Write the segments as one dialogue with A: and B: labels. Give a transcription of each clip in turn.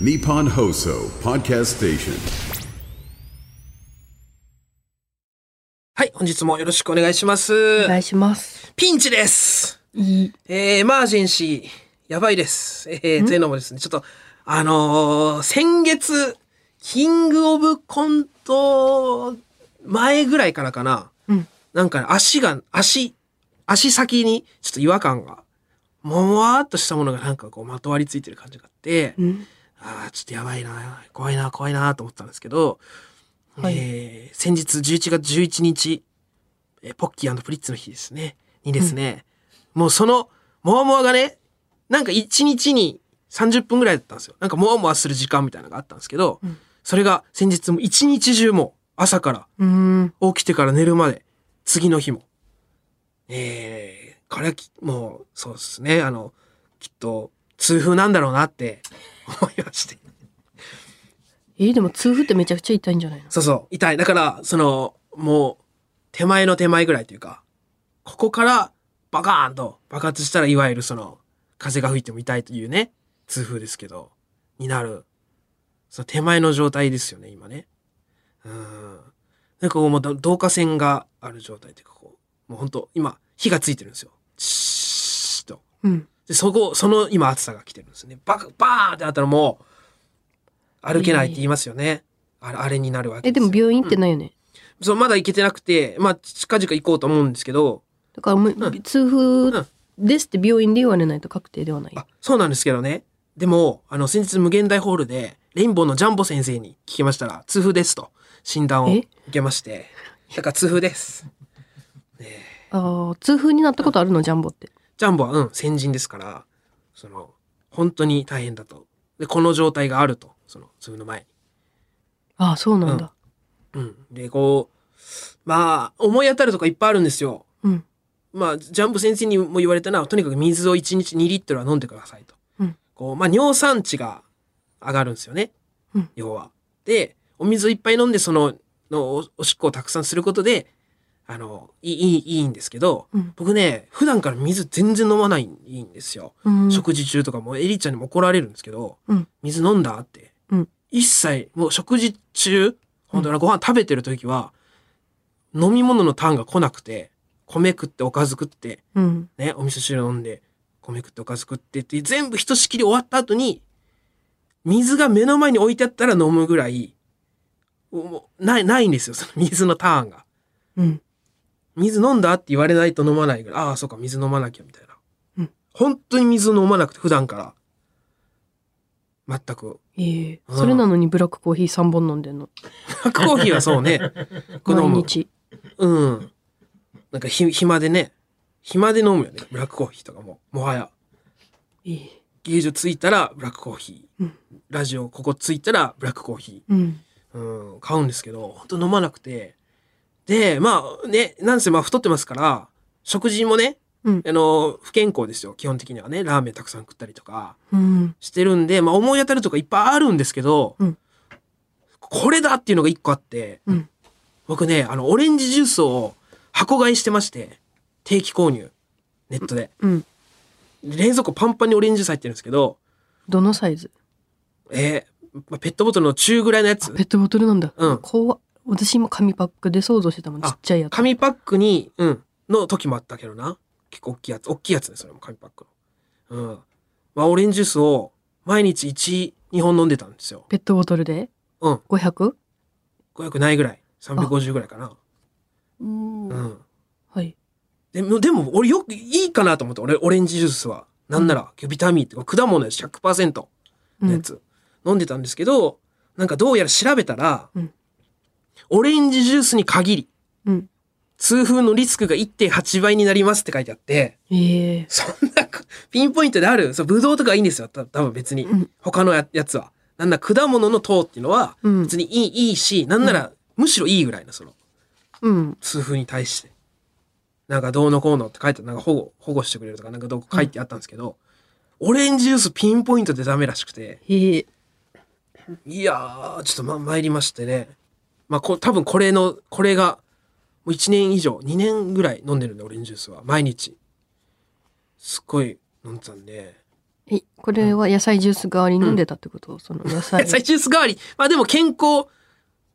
A: Nippon Hoso Podcast Station.
B: はい、本日もよろしくお願いします
C: お。願いします。
B: ピンチです。
C: いい。
B: えー、エマージェンシー、やばいです。えー、というのもですね、ちょっと、あのー先月、キングオブコント前ぐらいからかな、
C: うん。
B: なんか足が、足、足先にちょっと違和感が、もわーっとしたものがなんかこうまとわりついてる感じがあって、
C: うん。
B: ああ、ちょっとやばいな、怖いな、怖いなと思ってたんですけど、
C: はい
B: えー先日11月11日、えーポッキープリッツの日ですね、にですね、もうその、もわもわがね、なんか1日に30分ぐらいだったんですよ。なんかもわもわする時間みたいなのがあったんですけど、
C: うん
B: それが先日も一日中もう朝から
C: うん。
B: 起きてから寝るまで、次の日も。えー、これはきもう、そうですね、あの、きっと、痛風なんだろうなって思いまして。
C: えーでも痛風ってめちゃくちゃ痛いんじゃないの
B: そうそう、痛い。だから、その、もう、手前の手前ぐらいというか、ここから、バカーンと爆発したらいわゆるその、風が吹いても痛いというね、痛風ですけど、になる、その手前の状態ですよね、今ね。うん。なんかこう、もうど、導火線がある状態というか、こう、もう本当今、火がついてるんですよ。シーッと。
C: うん。
B: で、そこ、その今暑さが来てるんですね。バカ、バーンってなったらもう、歩けないって言いますよね。あれ、あれになるわけ
C: え、
B: で
C: です
B: よ
C: も病院行ってないよね。
B: そう、まだ行けてなくて、まあ、近々行こうと思うんですけど、
C: だからもう、
B: うん
C: 痛
B: う
C: 風
B: ん
C: ですって病院で言われないと確定ではない。
B: あ、そうなんですけどね。でも、あの、先日無限大ホールで、レインボーのジャンボ先生に聞きましたら、痛風ですと、診断を
C: え
B: 受けまして、だから痛風です。
C: あー痛風になったことあるのジャンボって。
B: ジャンボは、うん、先人ですから、その、本当に大変だと。で、この状態があると、その、痛風の前に。
C: ああ、そうなんだ。
B: うん。で、こう、まあ、思い当たるとかいっぱいあるんですよ。
C: うん。
B: まあ、ジャンボ先生にも言われたのは、とにかく水を1日2リットルは飲んでくださいと。
C: うん
B: こう、まあ、尿酸値が上がるんですよね。
C: うん
B: 要は。で、お水をいっぱい飲んで、その、のおおしっこをたくさんすることで、あの、いい、いいいいんですけど、
C: うん
B: 僕ね、普段から水全然飲まないんですよ。
C: うん。
B: 食事中とかも、エリちゃんにも怒られるんですけど、
C: うん
B: 水飲んだって。
C: うん
B: 一切、もう食事中、本当にご飯食べてる時は、飲み物のターンが来なくて、米食っておかず食って、
C: うん。
B: ね、お味噌汁飲んで、米食っておかず食ってって、全部ひとしきり終わった後に、水が目の前に置いてあったら飲むぐらい、もう、ない、ないんですよ、その水のターンが。
C: うん。
B: 水飲んだって言われないと飲まないぐらい、ああ、そうか、水飲まなきゃ、みたいな。
C: うん
B: 本当に水を飲まなくて、普段から。全く。
C: ええ
B: うん
C: それなのにブラックコーヒー3本飲んでんの。
B: コーヒーはそうね。この
C: 毎日。
B: うん。なんかひ、暇でね。暇で飲むよね。ブラックコーヒーとかも。もはや。
C: ええ
B: 劇場着いたらブラックコーヒー、
C: うん
B: ラジオここ着いたらブラックコーヒ
C: うん。
B: ー、うん、買うんですけど本当飲まなくてでまあねなんせまあ太ってますから食事もね、
C: うん
B: あの不健康ですよ基本的にはねラーメンたくさん食ったりとか
C: うん。
B: してるんで、まあ、思い当たるとかいっぱいあるんですけど、
C: うん
B: これだっていうのが一個あって、
C: うん
B: 僕ねあのオレンジジュースを箱買いしてまして定期購入ネットで、
C: うん。
B: 冷蔵庫パンパンにオレンジジュース入ってるんですけど
C: どのサイズ
B: えーまあペットボトルの中ぐらいのやつ
C: ペットボトルなんだ。
B: うん
C: 怖っ私今紙パックで想像してたもん。ち
B: あ
C: っちゃいやつ。
B: 紙パックに、うん、の時もあったけどな結構大きいやつ大きいやつねそれも紙パックのうんまあオレンジジュースを毎日12本飲んでたんですよ
C: ペットボトルで
B: うん
C: 500?
B: 500ないぐらい350ぐらいかな
C: うん
B: うん
C: はい。
B: でもでも俺よくいいかなと思って俺オレンジジュースはなんならビタミンって果物のやつ100%
C: う
B: のや
C: ん。
B: つ、飲んでたんですけどなんかどうやら調べたら、
C: うん
B: オレンジジュースに限り
C: うん。
B: 痛風のリスクが1.8倍になりますって書いてあって、
C: ええ
B: そんなこ、ピンポイントである、そう、ブドウとかはいいんですよ。た多分別に
C: うん。
B: 他のややつは。なんだ、果物の糖っていうのは、
C: うん
B: 別にいい、いいし、なんなら、むしろいいぐらいの、その、
C: うん。
B: 痛風に対して。なんか、どうのこうのって書いて、なんか保護、保護してくれるとか、なんかどうこう書いてあったんですけど、オレンジジュースピンポイントでダメらしくて、
C: ええ
B: いやー、ちょっとま、参りましてね。まあ、こ多分これの、これが、もう1年以上、2年ぐらい飲んでるんで、オレンジジュースは。毎日。すっごい飲んでたんで、
C: えこれは野菜ジュース代わりに飲んでたってこと、その野菜
B: 野菜ジュース代わり。まあでも健康、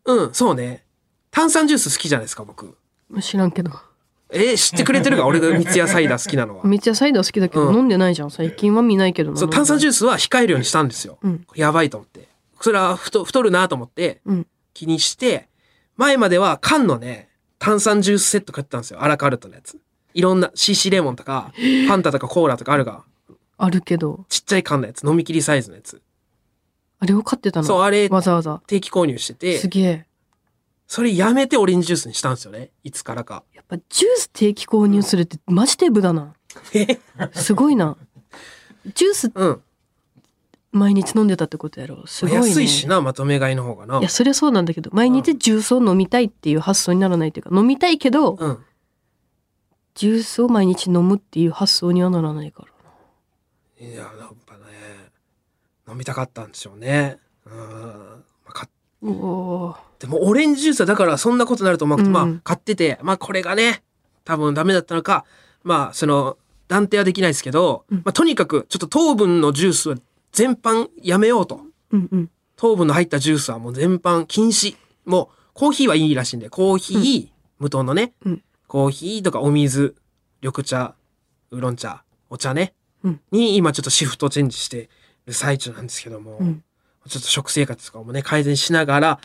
B: うん、そうね。炭酸ジュース好きじゃないですか、僕。
C: 知らんけど
B: えー知ってくれてる か俺が三ツ矢サイダー好きなのは。
C: 三ツ矢サイダー好きだけど、
B: うん
C: 飲んでないじゃん最近は見ないけどな
B: そう、炭酸ジュースは控えるようにしたんですよ。
C: うん
B: やばいと思って。それは太太るなと思って
C: うん
B: 気にして、前までは缶のね、炭酸ジュースセット買ってたんですよ。アラカルトのやつ。いろんな CC レモンと か、ファンタとかコーラとかあるが、
C: あるけど
B: ちっちゃい缶のやつ、飲み切りサイズのやつ。
C: あれを買ってたの
B: そう、あれ、
C: わざわざ
B: 定期購入してて
C: す、げえ
B: それやめてオレンジジュースにしたんですよね。いつからか。
C: やっぱジュース定期購入するってマジデブだな
B: え
C: すごいなジュース
B: うん。
C: 毎日飲んでたってことやろすごい、ね、
B: 安いしな、まとめ買いの方がない
C: や。そりゃそうなんだけど毎日ジュースを飲みたいっていう発想にならないというか飲みたいけど
B: うん。
C: ジュースを毎日飲むっていう発想にはならないから
B: いや、なんかね、飲みたかったんでしょうね。うん。まあ、買っ
C: おおー
B: でもオレンジジュースはだからそんなことになると思う、
C: うん
B: まあ買ってて、まあこれがね、多分ダメだったのか、まあその断定はできないですけど、まあとにかくちょっと糖分のジュースは全般やめようと。
C: うんうん
B: 糖分の入ったジュースはもう全般禁止。もうコーヒーはいいらしいんで、コーヒー、無糖のね、
C: うん
B: コーヒーとかお水、緑茶、ウーロン茶、お茶ね、
C: うん
B: に今ちょっとシフトチェンジしてる最中なんですけども、
C: うん
B: ちょっと食生活とかもね、改善しながらっ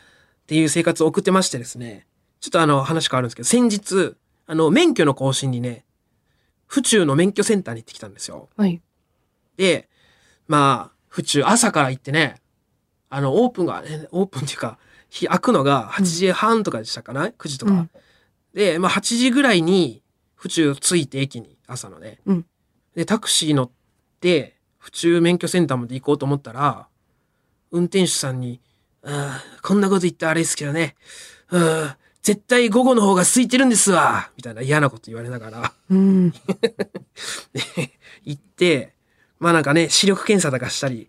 B: ていう生活を送ってましてですね、ちょっとあの話変わるんですけど、先日、あの免許の更新にね、府中の免許センターに行ってきたんですよ。
C: はい
B: で、まあ、府中朝から行ってね、あの、オープンが、 えオープンっていうか、日開くのが8時半とかでしたかな、?9 時とか。
C: うん
B: で、まあ8時ぐらいに府中着いて駅に、朝のね。
C: うん
B: で、タクシー乗って、府中免許センターまで行こうと思ったら、運転手さんに、あーこんなこと言ったらあれですけどね、うーん絶対午後の方が空いてるんですわみたいな嫌なこと言われながら。
C: うん
B: 行って、まあなんかね、視力検査とかしたり、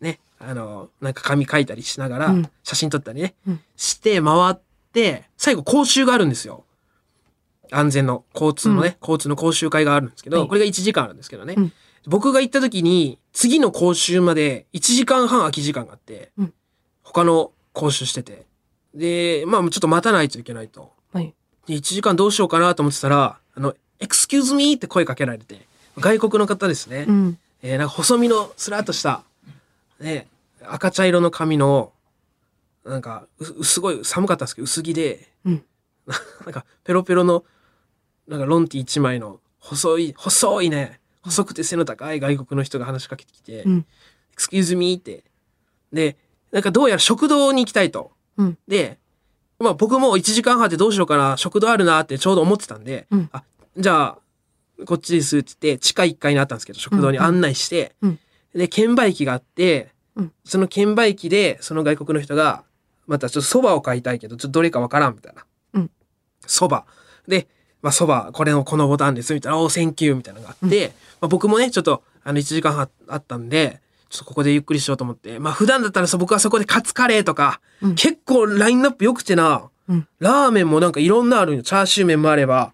B: ね、あの、なんか紙書いたりしながら
C: うん、
B: 写真撮ったりね、
C: うん
B: して回って、最後講習があるんですよ。安全の交通のね、交通の講習会があるんですけど、
C: はい
B: これが1時間あるんですけどね、
C: うん
B: 僕が行った時に、次の講習まで1時間半空き時間があって、
C: うん
B: 他の講習してて、で、まあちょっと待たないといけないと。
C: はい
B: で、1時間どうしようかなと思ってたら、あの、excuse me って声かけられて、外国の方ですね。
C: うん
B: えーなんか細身のスラッとした、ね、赤茶色の髪の、なんか、うすごい寒かったんですけど、薄着で、
C: うん
B: なんかペロペロの、なんかロンティ一枚の、細い、細いね、細くて背の高い外国の人が話しかけてきて、
C: うん
B: excuse me って。で、なんかどうやら食堂に行きたいと。
C: うん
B: で、まあ僕も1時間半でどうしようかな、食堂あるなってちょうど思ってたんで、
C: うん
B: あ、じゃあ、こっちですって言って、地下1階にあったんですけど、食堂に案内して、
C: うん
B: で、券売機があって、
C: うん
B: その券売機で、その外国の人が、またちょっと蕎麦を買いたいけど、ちょっとどれかわからんみたいな。
C: うん
B: 蕎麦。で、まあ蕎麦、これのこのボタンです、みたいな、おー、センキューみたいなのがあって、まあ僕もね、ちょっと、あの、1時間半あったんで、ちょっとここでゆっくりしようと思って、まあ普段だったらそ僕はそこでカツカレーとか、
C: うん
B: 結構ラインナップ良くてな、
C: うん
B: ラーメンもなんかいろんなあるんよ。チャーシュー麺もあれば、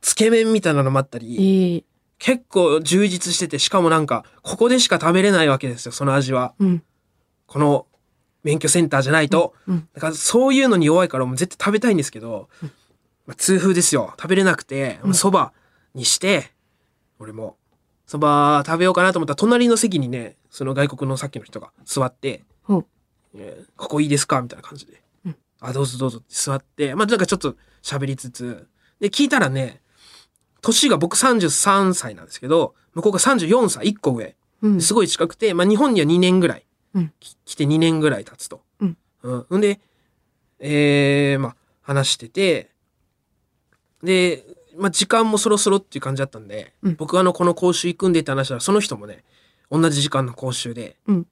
B: つけ麺みたいなのもあったり、
C: いい
B: 結構充実してて、しかもなんか、ここでしか食べれないわけですよ、その味は。
C: うん
B: この免許センターじゃないと。
C: うんうん
B: だからそういうのに弱いから、もう絶対食べたいんですけど、まあ、痛風ですよ。食べれなくて、もうそばにして、俺も、そば食べようかなと思ったら、隣の席にね、その外国のさっきの人が座って、
C: ほう
B: えーここいいですかみたいな感じで。あ、どうぞどうぞって座って、まあ、なんかちょっと喋りつつ、で、聞いたらね、年が僕33歳なんですけど、向こうが34歳、1個上。
C: うん
B: すごい近くて、まあ、日本には2年ぐらい、
C: うん
B: き来て2年ぐらい経つと。
C: うん
B: うん。んで、えー、まあ、話してて、で、まあ、時間もそろそろっていう感じだったんで、
C: うん
B: 僕はあの、この講習行くんでって話したら、その人もね、同じ時間の講習で、
C: うん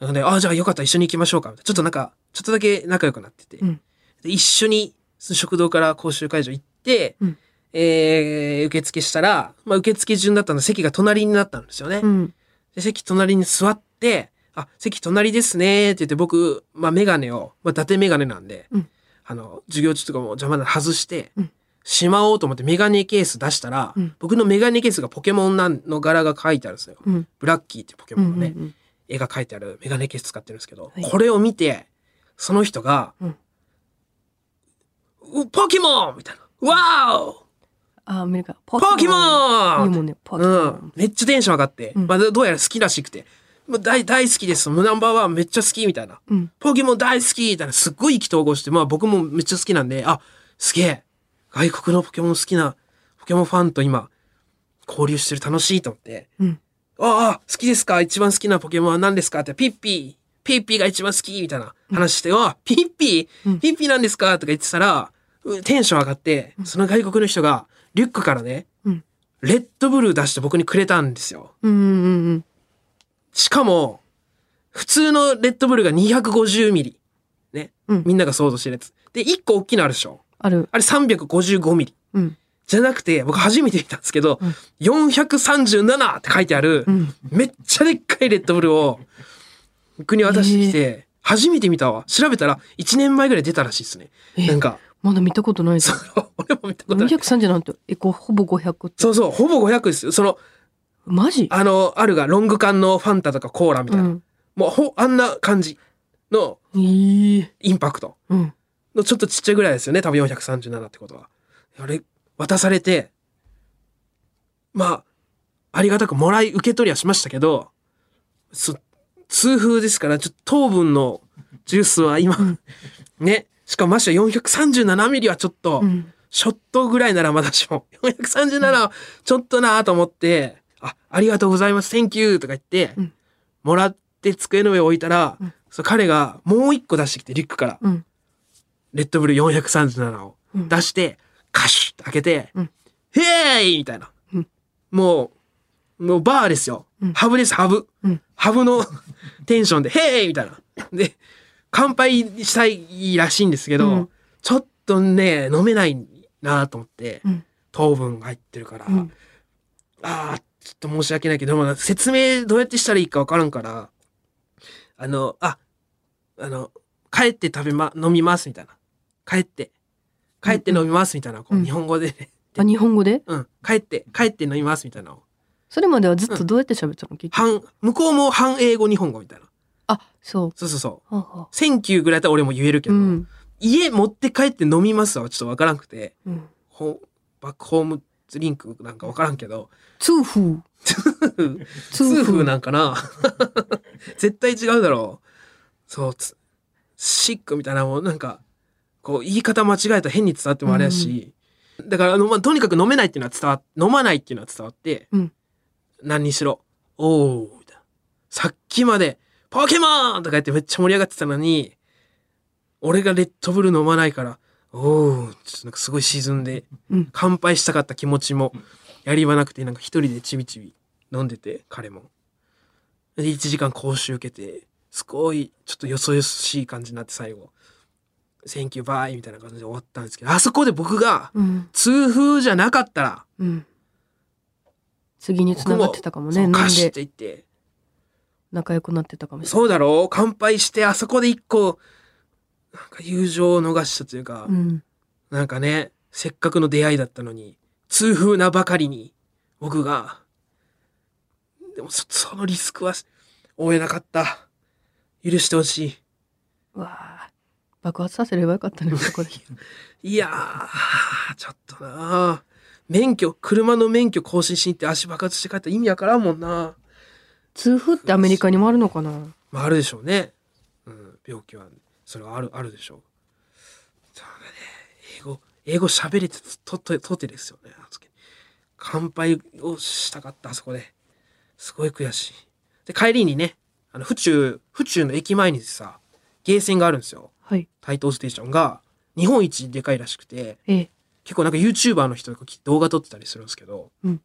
B: なんで、ああ、じゃあよかったら一緒に行きましょうか。みたいなちょっとなんか、ちょっとだけ仲良くなってて。
C: うん
B: で一緒に食堂から講習会場行って、
C: うん
B: えー受付したら、まあ、受付順だったので席が隣になったんですよね。
C: うん
B: で席隣に座って、あ、席隣ですねって言って僕、まあメガネを、まあ伊達メガネなんで、
C: うん
B: あの、授業中とかも邪魔なので外して、
C: うん
B: しまおうと思ってメガネケース出したら、
C: うん
B: 僕のメガネケースがポケモンなんの柄が書いてあるんですよ。
C: うん
B: ブラッキーってポケ
C: う
B: モ
C: んう
B: ンの
C: んう
B: ね、
C: ん
B: 絵が描いてあるメガネケース使ってるんですけど、
C: はい
B: これを見て、その人が、
C: うん
B: うポケモンみたいな。わお
C: あアメリカポ
B: ポケモ
C: いい
B: ン
C: もんねポケ
B: う
C: モン、
B: ん。めっちゃテンション上がって、
C: うん
B: まあどどうやら好きらしくて、もう大大好きです。もうナンバーワンめっちゃ好きみたいな。
C: うん
B: ポケモン大好きみたいな、すっごい意気投合して、まあ僕もめっちゃ好きなんで、あ、すげえ。外国のポケモン好きな、ポケモンファンと今、交流してる楽しいと思って、
C: うん
B: ああ、好きですか一番好きなポケモンは何ですかって、ピッピー。ピッピーが一番好きみたいな話して、ああ、ピッピーピッピーなんですかとか言ってたら、うテンション上がって、その外国の人が、リュックからね、
C: うん
B: レッドブルー出して僕にくれたんですよ。
C: うんうんうん
B: しかも、普通のレッドブルが250ミリ。ね。
C: うん
B: みんなが想像してるやつ。で、1個大きいのあるでしょ
C: ある
B: あれ355ミリ。
C: うん
B: じゃなくて、僕初めて見たんですけど、437って書いてある、
C: ん
B: めっちゃでっかいレッドブルを、僕に渡してきて、初めて見たわ。調べたら、1年前ぐらい出たらしいですね。
C: え
B: なんか、
C: まだ見たことないぞ
B: 俺も見たことない。
C: 230なんてえこうほぼ500って
B: そうそう、ほぼ500ですよ。その、
C: マジ
B: あの、あるが、ロング缶のファンタとかコーラみたいな。
C: うん
B: もう、ほ、あんな感じの
C: いい
B: インパクト。
C: うん
B: のちょっとちっちゃいぐらいですよね多分437ってことは。あれ渡されてまあありがたくもらい受け取りはしましたけどそ痛風ですからちょっと糖分のジュースは今 ねしかもましてや437ミリはちょっと、
C: うん
B: ショットぐらいならまだしも437はちょっとなと思って「あありがとうございます Thank you」とか言って、
C: うん
B: もらって机の上置いたら、
C: うん
B: そう彼がもう一個出してきてリュックから。
C: うん
B: レッドブル437を
C: うん
B: 出して、カシュッと開けて、
C: うん
B: ヘーイみたいな。
C: うん
B: もう、もうバーですよ。
C: うん
B: ハブです、ハブ。
C: うん
B: ハブの テンションで、ヘーイみたいな。で、乾杯したいらしいんですけど、
C: うん
B: ちょっとね、飲めないなと思って、
C: うん
B: 糖分が入ってるから、
C: うん
B: ああ、ちょっと申し訳ないけど、でも説明どうやってしたらいいかわからんから、あの、あ、あの、帰って食べま、飲みますみたいな。帰って、帰って飲みますみたいな、こ
C: う
B: うん日本語でね、
C: あ日本語で
B: うん、帰って、帰って飲みますみたいなのを。
C: それまではずっとどうやって喋ってたの結局
B: 半、向こうも半英語日本語みたいな。
C: あそう
B: そうそうそう。
C: はあはあ
B: センキューぐらいだったら俺も言えるけ
C: う
B: ど、
C: ん
B: 家持って帰って飲みますはちょっとわからんくて、
C: うん
B: ホバックホームドリンクなんかわからんけど、
C: 痛風
B: 痛風なんかな 絶対違うだろう。そう、つシックみたいなもん、なんか、こう、言い方間違えたら変に伝わってもあれやし、だから、あの、まあ、とにかく飲めないっていうのは伝わ、飲まないっていうのは伝わって、
C: うん
B: 何にしろ、おー、みたいな。さっきまで、ポケモンとか言ってめっちゃ盛り上がってたのに、俺がレッドブル飲まないから、おー、ちょっとなんかすごい沈んで、
C: うん
B: 乾杯したかった気持ちも、やり場なくて、なんか一人でちびちび飲んでて、彼も。で、1時間講習受けて、すごい、ちょっとよそよそしい感じになって最後、センキューバイみたいな感じで終わったんですけど、あそこで僕が、
C: うん
B: 痛風じゃなかったら、
C: うん次に
B: 僕
C: 繋がってたかもね
B: そ
C: 飲
B: うんカシっ
C: で
B: て言って、
C: 仲良くなってたかもしれ
B: そうだろう乾杯して、あそこで一個、なんか友情を逃したというか、
C: ないうん
B: なんかね、せっかくの出会いだったのに、痛風なばかりに、僕が、でもそそのリスクは負えなかった。許してほし
C: うわあ爆発させればよかったねそこで
B: い。いやー、ちょっとな免許、車の免許更新しに行って足爆発して帰ったら意味わからんもんな。
C: 痛風ってアメリカにもあるのかな
B: まああるでしょうね。うん、病気は、それはある、あるでしょう。そうだね。英語、英語喋れてと、と、とてですよね。あの時乾杯をしたかった、あそこで。すごい悔しい。で、帰りにね、あの、府中、府中の駅前にさ、ゲーセンがあるんですよ。
C: はい
B: 台東ステーションが、日本一でかいらしくて、
C: ええ
B: 結構なんか YouTuber の人とか動画撮ってたりするんですけど、
C: うん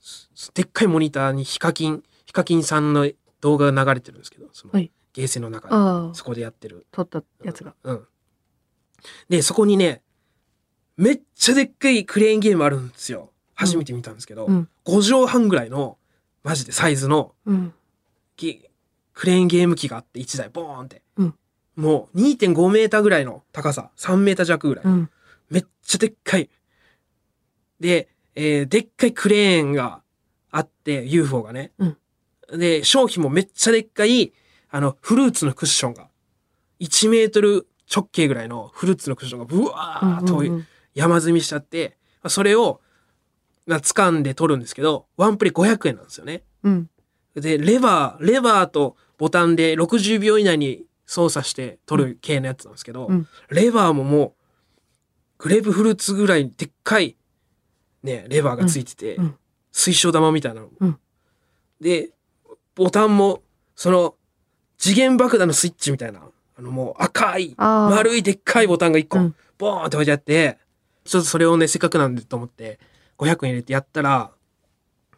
B: すでっかいモニターにヒカキン、ヒカキンさんの動画が流れてるんですけど、その、
C: はい
B: ゲーセンの中で、
C: ああ
B: そこでやってる。
C: 取ったやつが
B: うん。で、そこにね、めっちゃでっかいクレーンゲームあるんですよ。初めて見たんですけど、
C: うん
B: 5畳半ぐらいの、マジでサイズの
C: うん
B: きクレーンゲーム機があって、1台ボーンって。
C: うん
B: もう2.5メーターぐらいの高さ、3メーター弱ぐらい。
C: うん
B: めっちゃでっかいで、えーでっかいクレーンがあって、UFO がね。
C: うん
B: で、商品もめっちゃでっかい、あの、フルーツのクッションが、1メートル直径ぐらいのフルーツのクッションがブワーッと、
C: うんうんうん
B: 山積みしちゃって、まあそれを、まあ掴んで取るんですけど、ワンプレイ500円なんですよね。
C: うん。
B: で、レバー、レバーとボタンで60秒以内に操作して取る系のやつなんですけど、
C: うん
B: レバーももう、グレープフルーツぐらいでっかい、ね、レバーがついてて、
C: うんうん
B: 水晶玉みたいなのも、
C: うん
B: で、ボタンも、その、次元爆弾のスイッチみたいな、あのもう赤い、
C: あー
B: 丸いでっかいボタンが1個、
C: うん
B: ボーンって置いてあって、ちょっとそれをね、せっかくなんでと思って、500円入れてやったら、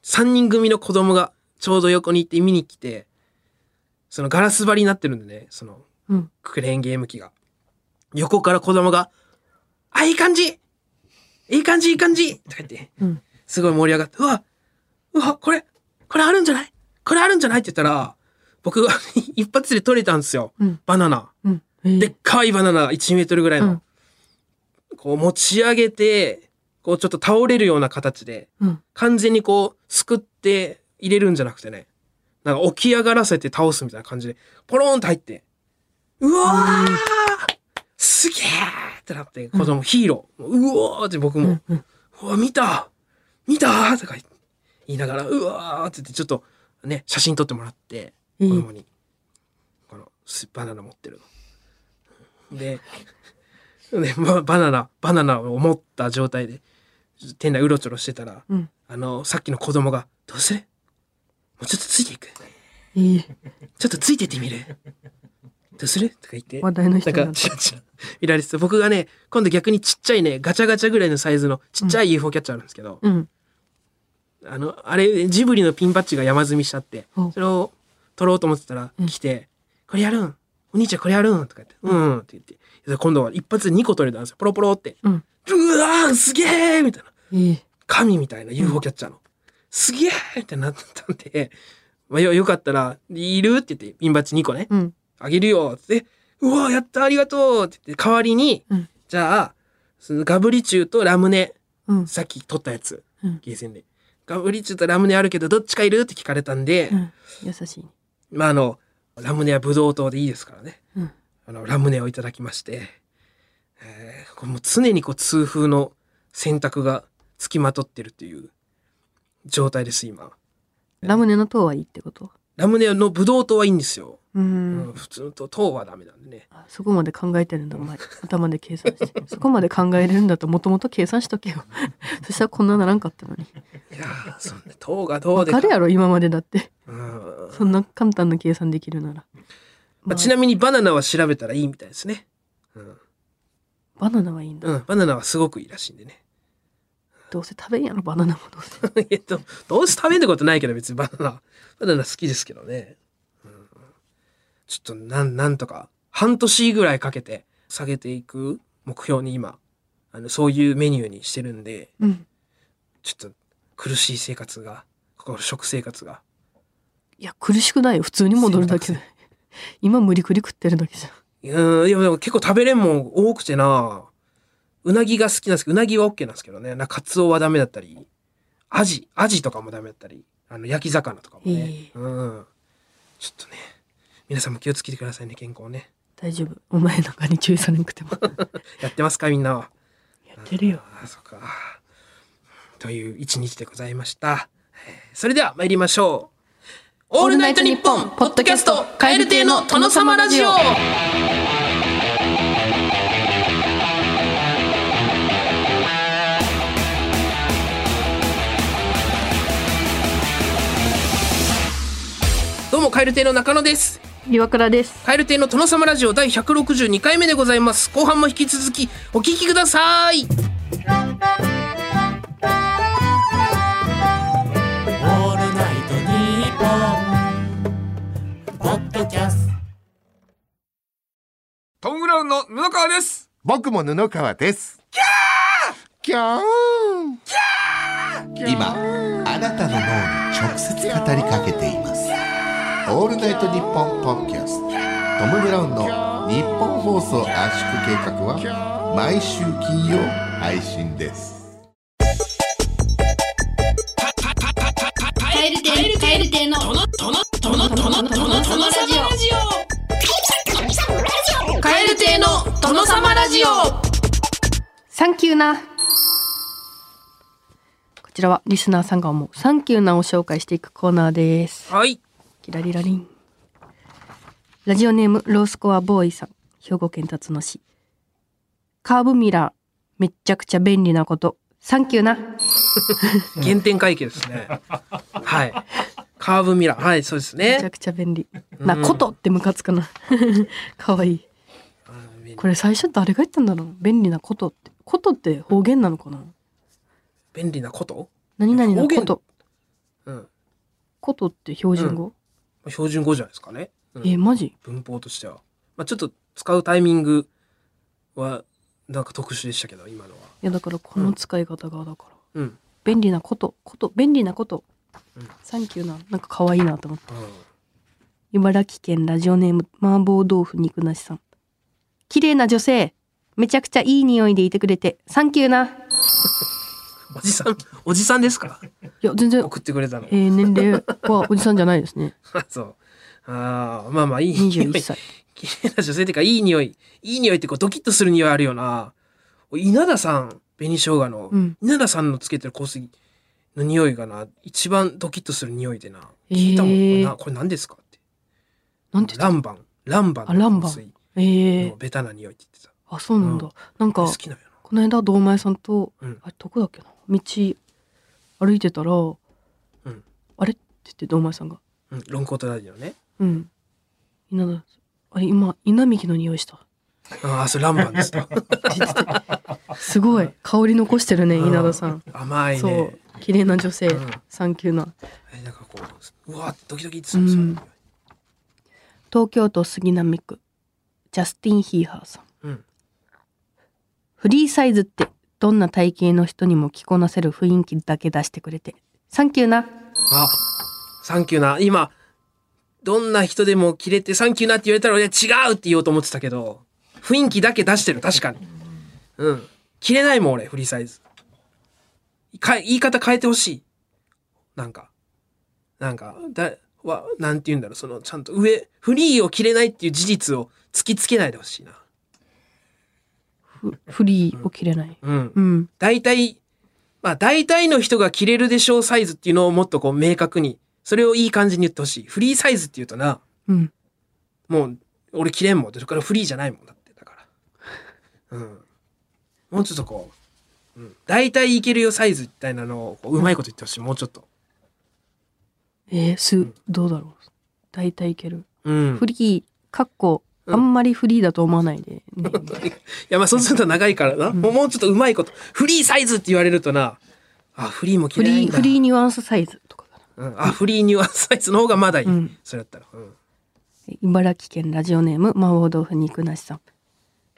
B: 3人組の子供がちょうど横に行って見に来て、そのガラス張りになってるんでね、その
C: うん。
B: クレーンゲーム機が。横から子供が、あ、いい感じいい感じいい感じとか言って、
C: うん
B: すごい盛り上がって、うわうわこれこれあるんじゃないこれあるんじゃないって言ったら、僕が 一発で取れたんですよ。
C: うん
B: バナナ。
C: うん。えー
B: でっかいバナナ1メートルぐらいの。こう持ち上げて、こうちょっと倒れるような形で、
C: うん。
B: 完全にこう、すくって入れるんじゃなくてね、なんか起き上がらせて倒すみたいな感じで、ポロンと入って、うわー、すげーってなって、子供、ヒーロー、うおーって僕も、うわ、見た見たーとか言いながら、うわーって言って、ちょっとね、写真撮ってもらって、
C: い
B: 子
C: い
B: 供に、この、すバナナ持ってるの。で、で、ま、バナナ、バナナを持った状態で、店内うろちょろしてたら、
C: うん
B: あの、さっきの子供が、どうするもうちょっとついていく。
C: いい。
B: ちょっとついてってみるどうするとか言って。
C: 話題の人
B: なん
C: に
B: か、ち
C: なった
B: らちら見られてた。僕がね、今度逆にちっちゃいね、ガチャガチャぐらいのサイズのちっちゃい UFO キャッチャーあるんですけど、
C: うん。
B: あの、あれ、ジブリのピンバッジが山積みしちゃって
C: お、
B: それを取ろうと思ってたら、来て、これやるんお兄ちゃんこれやるんとか言って、うんって言って。で今度は一発で2個取れたんですよ。ポロポロって。
C: うん。
B: うわーすげえみたいな。
C: いい。
B: 神みたいな UFO キャッチャーの。すげえってなったんで、まあ、よ、よかったら、いるって言って、ピンバッジ2個ね。
C: うん。
B: あげるよって、うわやったありがとうって言って、代わりに、
C: うん
B: じゃあ、そのガブリチューとラムネ、
C: うん。
B: さっき取ったやつ、
C: うん
B: ゲーセンで。ガブリチューとラムネあるけど、どっちかいるって聞かれたんで、
C: うん。優しい。
B: まあ、あの、ラムネはブドウ糖でいいですからね。
C: うん
B: あの、ラムネをいただきまして、えーこれもう常にこう、痛風の選択が付きまとってるっていう状態です、今。
C: ラムネの糖はいいってこと
B: ラムネのブドウ糖はいいんですよ。
C: う
B: うん
C: ん。
B: 普通の糖はダメなんでね。
C: あそこまで考えてるんだ、お前。頭で計算して。そこまで考えれるんだと、もともと計算しとけよ。そしたらこんなならんかったのに。
B: いやー、そんな糖がどうで
C: 彼やろ、今までだって。
B: うん
C: そんな簡単な計算できるなら。
B: まあ、ちなみにバナナは調べたらいいみたいですね。うん。
C: バナナはいいんだ。
B: うん、バナナはすごくいいらしいんでね。
C: どうせ食べんやろ、バナナもどう せ。
B: えっと、どうして食べんってことないけど別にバナナ。 バナナ好きですけどね。うん、ちょっとなん、なんとか、半年ぐらいかけて下げていく目標に今、あの、そういうメニューにしてるんで、
C: うん。
B: ちょっと苦しい生活が、ここの食生活が。
C: いや、苦しくないよ。普通に戻るだけで。今無理くり食ってるだけじゃん。
B: うん、いやでも結構食べれんもん多くてな。うなぎが好きなんですけど、うなぎは OK なんですけどね。なんかカツオはダメだったり、アジ、アジとかもダメだったり、あの、焼き魚とかもね。
C: ええ
B: うん。ちょっとね、皆さんも気をつけてくださいね、健康ね。
C: 大丈夫。お前なんかに注意されなくても。
B: やってますか、みんなは。
C: やってるよ。
B: ああ、そっか。という一日でございました。それでは参りましょう。オールナイトニッポンポッドキャスト、カエル亭の殿様ラジオ。どうも、カエル亭の中野です。
C: 岩倉です。
B: カエル亭の殿様ラジオ第162回目でございます。後半も引き続きお聞きください。
D: 「オールナイトニッポン」「ポッドキャスト」
E: トム・ブラウンの布川です
F: 僕も布川です。キャーキャー
G: 今あなたの脳に直接語りかけています「オールナイトニッポン」ポッドキャストトム・ブラウンの日本放送圧縮計画は毎週金曜配信です
H: 定の殿殿殿殿殿様ラジオカエル亭の殿様ラジオ
C: サンキューなこちらはリスナーさんが思うサンキューなを紹介していくコーナーです
B: はい。
C: キラリラリン。ラジオネーム、ロースコアボーイさん。兵庫県辰野市。カーブミラー、めっちゃくちゃ便利なこと。サンキューな。
B: 原点回帰ですね。はい。カーブミラー。はい、そうです
C: めちゃ
B: ね。
C: くちゃ便利。なことってムカつくな。 かわいい。これ最初誰が言ったんだろう便利なことって。ことって方言なのかな
B: 便利なこと
C: 何々の
B: 方言
C: こと。
B: うん。
C: ことって標準語、
B: 標準語じゃないですかね。うん
C: え、マジ
B: 文法としては。まあちょっと使うタイミングは、なんか特殊でしたけど、今のは。
C: いやだからこの使い方がだから。
B: うん。
C: 便利なこと、こと、便利なこと。サンキューな。なんか可愛いなと思って。茨城県ラジオネーム麻婆豆腐肉なしさん綺麗な女性めちゃくちゃいい匂いでいてくれてサンキューな
B: おじさん、おじさんですか
C: いや全然、
B: 送ってくれたの
C: え。ー年齢はおじさんじゃないですね
B: そう。ああ、まあまあいい匂い。
C: 21歳
B: 綺麗な女性っていうか、いい匂い。いい匂いってこう、ドキッとする匂いあるよな。稲田さん、紅生姜の、
C: うん
B: 稲田さんのつけてる香水の匂いがな、一番ドキッとする匂いでな。
C: えー
B: 聞いたもん、これなこれ何ですかって。
C: なんて言
B: ラ
C: っ
B: ンバン。ランバン
C: あラン
B: の
C: バ
B: 香
C: ン
B: 水
C: たえー
B: のベタな匂いって言ってた。
C: あそうなんだ、
B: うん
C: なんか
B: 好きなよ
C: この間堂前さんと、
B: うん
C: あれどこだっけな道歩いてた
B: ん
C: ら、あれって言って堂前さんが
B: な。うん、ロンコートダディのね。
C: うん稲田あれ今稲幹の匂いした
B: ああ、それランバン ですと。
C: すごい香り残してるね稲田さん
B: 甘いね。
C: そう綺麗な女性、
B: うん
C: サンキューな
B: えなんかこう、うわ、ドキドキってするその匂い
C: 東京都杉並区ジャスティン・ヒーハーさん
B: うん。
C: フリーサイズってどんな体型の人にも着こなせる雰囲気だけ出してくれてサンキューな
B: あ、サンキューな。今、どんな人でも着れてサンキューなって言われたら、いや、違うって言おうと思ってたけど、雰囲気だけ出してる、確かに。うん。着れないもん、俺、フリーサイズ。か、言い方変えてほしい。なんか、なんか、だ、は、なんて言うんだろう、その、ちゃんと上、フリーを着れないっていう事実を突きつけないでほしいな。
C: フフリーを着れない
B: うん。
C: うん
B: 大体、まあ大体の人が着れるでしょうサイズっていうのをもっとこう明確に、それをいい感じに言ってほしい。フリーサイズって言うとな、
C: うん
B: もう俺着れんもん。それからフリーじゃないもんだって、だから。うん。もうちょっとこう、うん、大体いけるよサイズみたいなのをこううまいこと言ってほしい。もうちょっと。
C: えー、すどうだろう大体いける、
B: うん
C: フ。リーかっこあんまりフリーだと思わないで、ね
B: いやまあそうすると長いからな。もうもうちょっとうまいこと。フリーサイズって言われるとな、あ、フリーも着
C: フ
B: れない
C: リ
B: ん
C: ー
B: だ
C: フリーニュアンスサイズとかかな
B: うん、あ、フリーニュアンスサイズの方がまだいい。
C: うん
B: それだったら。うん。
C: 茨城県ラジオネーム麻婆豆腐肉なしさん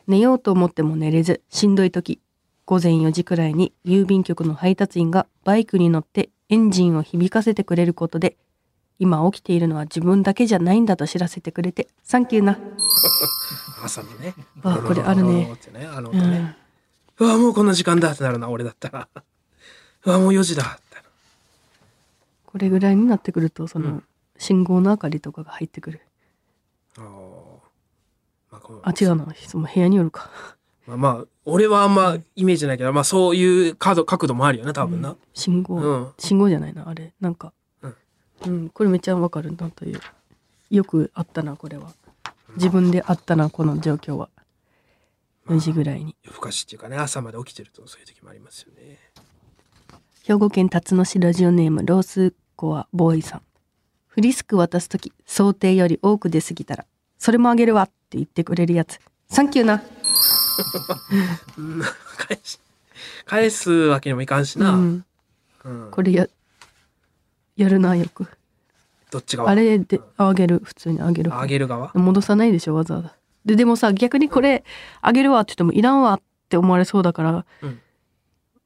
C: 寝ようと思っても寝れずしんどい時午前4時くらいに郵便局の配達員がバイクに乗ってエンジンを響かせてくれることで今起きているのは自分だけじゃないんだと知らせてくれてサンキューな
B: 朝の ね。
C: あこれあるね
B: ってねあの音ね。うわ、もうこんな時間だってなるな、俺だったら。うわ、もう4時だってなる。
C: これぐらいになってくるとその信号の明かりとかが入ってくる
B: あーまあ、こう
C: あ違うなその部屋によるか
B: まあ、まあ、俺はあんまイメージないけど、まあそういう角角度もあるよね、多分な。
C: 信号、
B: うん
C: 信号じゃないなあれなんか
B: うん
C: うん、これめっちゃわかるなというよくあったなこれは自分であったなこの状況は4時ぐらいに
B: 夜更かしっていうかね、朝まで起きてるとそういう時もありますよね。
C: 兵庫県辰野市ラジオネームロースコアボーイさんフリスク渡す時想定より多く出過ぎたらそれもあげるわって言ってくれるやつサンキューな
B: うん、返し、返すわけにもいかんしな。
C: うん、
B: うん
C: これややるなよく
B: どっち側
C: あれであげる普通にあげる方
B: あげる側
C: 戻さないでしょわざわざででもさ逆にこれあげるわって言ってもいらんわって思われそうだから、
B: うん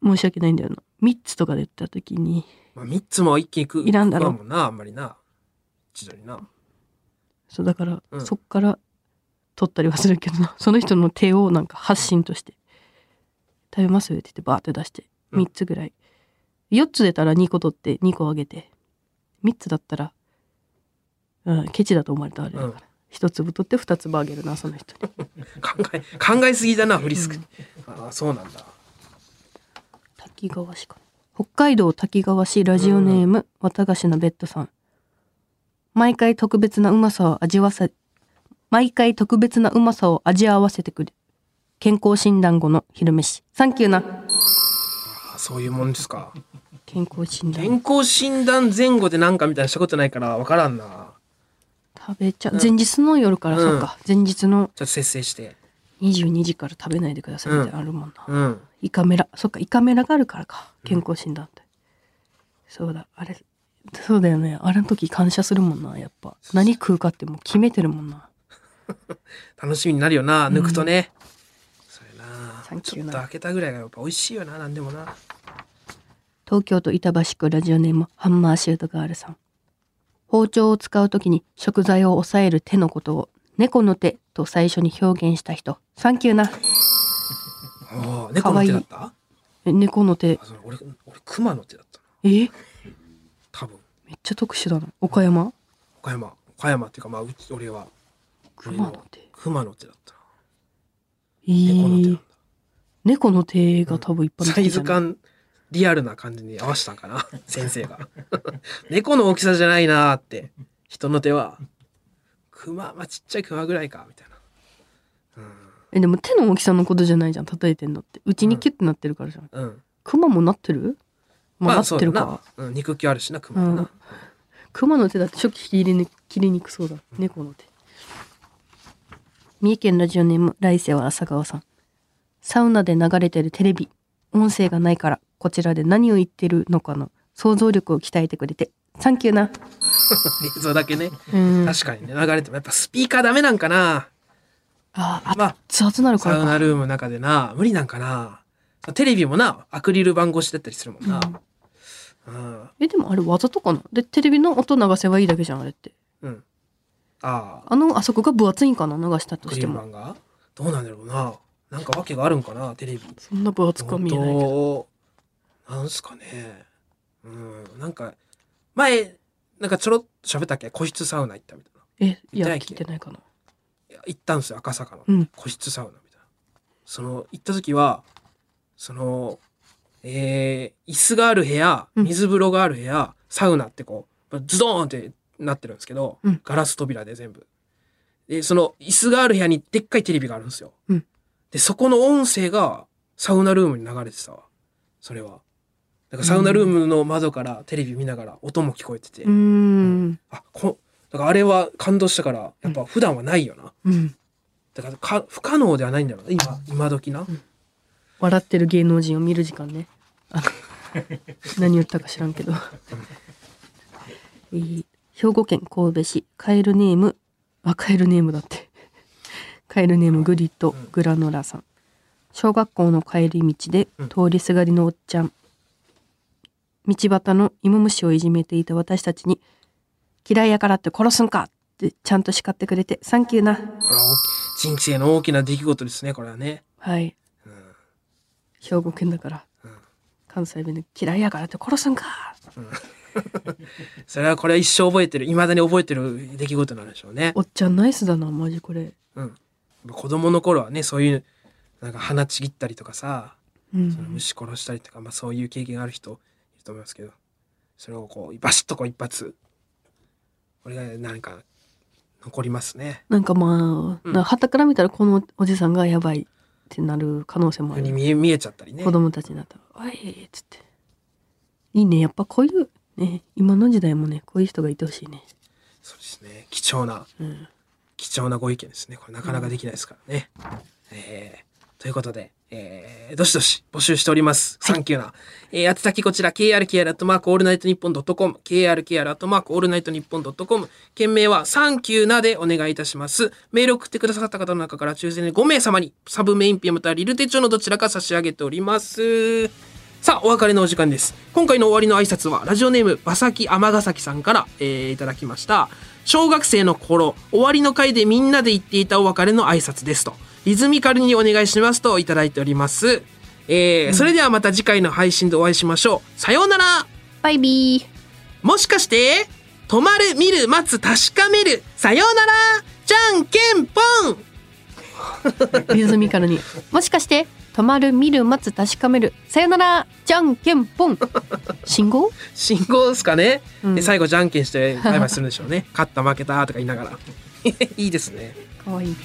C: 申し訳ないんだよな3つとかで言った時に
B: まあ、3つも一気に食う。
C: いらんだろ
B: 食わもんな、あんまりな。一度にな。
C: そうだから、
B: うん
C: そっから取ったりはするけどな その人の手をなんか発信として「食べます?」って言ってバーって出して
B: うん
C: 3つぐらい、4つ出たら2個取って2個あげて3つだったらうん、ケチだと思われたらあれだから、
B: うん
C: 一粒取って二粒あげるなその人に
B: 考え考えすぎだなフリスク、ああそうなんだ
C: 滝川市か北海道滝川市ラジオネーム、綿菓子のベッドさん毎回特別なうまさを味わせ毎回特別なうまさを味合わせてくる健康診断後の昼飯サンキューな
B: あそういうもんですか
C: 健康診断
B: 健康診断前後でなんかみたいなしたことないから分からんな
C: 食べちゃう前日の夜から、
B: うん
C: そうか前日
B: ち
C: の
B: ょっと節制して
C: 22時から食べないでくださいみたいなのあるもんな、
B: うん
C: イカメラそっかイカメラがあるからか健康診断って、そうだあれそうだよねあれの時感謝するもんなやっぱ何食うかってもう決めてるもんな
B: 楽しみになるよな抜くとね、それ
C: サ
B: な
C: ン
B: ち
C: キ
B: ょ
C: ュ
B: っ
C: ーな
B: と開けたぐらいがやっぱ美味しいよななんでもな
C: 東京都板橋区ラジオネームハンマーシュートガールさん包丁を使う時に食材を抑える手のことを猫の手と最初に表現した人サンキューな
B: おー猫の手だった
C: え猫の手
B: あそれ俺俺熊の手だったな
C: えめっ
B: 多分
C: ちゃ特殊だな岡山
B: 岡山岡山っていうかまあうち俺は
C: 熊の手
B: 熊の手だったな
C: え
B: 猫の手なん
C: ー
B: だ、
C: 猫の手が多分一般の
B: サ
C: 手
B: イ
C: じ
B: ズ
C: ゃない
B: 感リアルな感じに合わせたんかな 先生が猫の大きさじゃないなーって人の手は熊まあちっちゃい熊ぐらいかみたいな
C: えでも手の大きさのことじゃないじゃん叩いてんのってうちにキュッてなってるからじゃん、
B: うん
C: クマもなってるまあ、なっ
B: そう
C: て
B: だ
C: る
B: な
C: か、
B: うん、肉球あるしな熊はな、
C: うんクマの手だって初期切り,、ね、切りにくそうだ猫の手三重県ラジオネーム来世は朝顔さんサウナで流れてるテレビ音声がないからこちらで何を言ってるのかの想像力を鍛えてくれてサンキューな
B: 映像だけね
C: うんあ
B: 確かにね流れてもやっぱスピーカーダメなんかな
C: あ、
B: まあ
C: 熱々なる
B: サ
C: から
B: ウナ
C: か
B: ルームの中でな無理なんかなテレビもなアクリル板越しだったりするもんな、うん
C: えでもあれわざとかなでテレビの音流せばいいだけじゃんあれって
B: うん、ああ
C: あのあそこが分厚いんかな流したと
B: ク
C: し
B: リ
C: て
B: ーム
C: も
B: マンがどうなんだろうななんか訳があるんかなテレビ
C: そんな分厚くは見えないけど
B: 本当なんすかねうんなんか前なんかちょろっと喋ったっけ個室サウナ行ったみたいな
C: えいや
B: 痛いっけ
C: 聞いてないかない
B: や行ったんですよ赤坂の、
C: うん
B: 個室サウナみたいなその行った時はそのえー椅子がある部屋
C: うん
B: 水風呂がある部屋、サウナってこうズドーンってなってるんですけど、
C: うん
B: ガラス扉で全部でその椅子がある部屋にでっかいテレビがあるんですよ、
C: うん
B: でそこの音声がサウナルームに流れてたわそれはだからサウナルームの窓からテレビ見ながら音も聞こえてて、
C: うーん
B: あこだからあれは感動したからやっぱ普段はないよな、
C: うん
B: だからか不可能ではないんだろうな今今時な、
C: 笑ってる芸能人を見る時間ね あの何言ったか知らんけど、えー兵庫県神戸市カエルネームあカエルネームだってカエルネームグリとグラノラさん小学校の帰り道で通りすがりのおっちゃん道端の芋虫をいじめていた私たちに「嫌いやからって殺すんか!」ってちゃんと叱ってくれて「サンキューな!」
B: これは大き人生の大きな出来事ですねこれはね
C: はい、兵庫県だから、関西弁で「嫌いやからって殺すんか!」
B: それはこれは一生覚えてる未だに覚えてる出来事なんでしょうね
C: おっちゃんナイスだなマジこれ
B: 子供の頃はねそういうなんか鼻ちぎったりとかさ、
C: うん
B: その虫殺したりとか、まあ、そういう経験ある人いると思いますけどそれをこうバシッとこう一発これが何か残りますね
C: なんかまあ
B: うん
C: はた、旗から見たらこのおじさんがやばいってなる可能性もあ
B: 世に
C: る
B: 見え見えちゃったりね
C: 子供たちになったら「おい!」っつっていいねやっぱこういうね今の時代もねこういう人がいてほしい ね
B: そうですね貴重な、
C: ん
B: 貴重なご意見ですねこれなかなかできないですからね、えーということで、えーどしどし募集しております。サンキューな。えー、あつ先こちら、krkr.allnightnippon.com、krkr.allnightnippon.com、件名はサンキューなでお願いいたします。メールを送ってくださった方の中から抽選で5名様に、サブメインペまたはリル手帳のどちらか差し上げております。さあ、お別れのお時間です。今回の終わりの挨拶は、ラジオネーム、馬崎天ヶ崎さんから、えーいただきました。小学生の頃、終わりの回でみんなで言っていたお別れの挨拶ですと、リズミカルにお願いしますといただいております。えーそれではまた次回の配信でお会いしましょう。さようなら
C: バイビー
B: もしかして、止まる、見る、待つ、確かめる、さようなら、じゃんけんぽん
C: リズミカルにもしかして止まる見る待つ確かめるさよならじゃんけ んぽん信号
B: 信号ですかね、
C: うん
B: で最後じ ゃんけんしてバイバイするんでしょうね勝った負けたとか言いながらいいですね
C: かわいい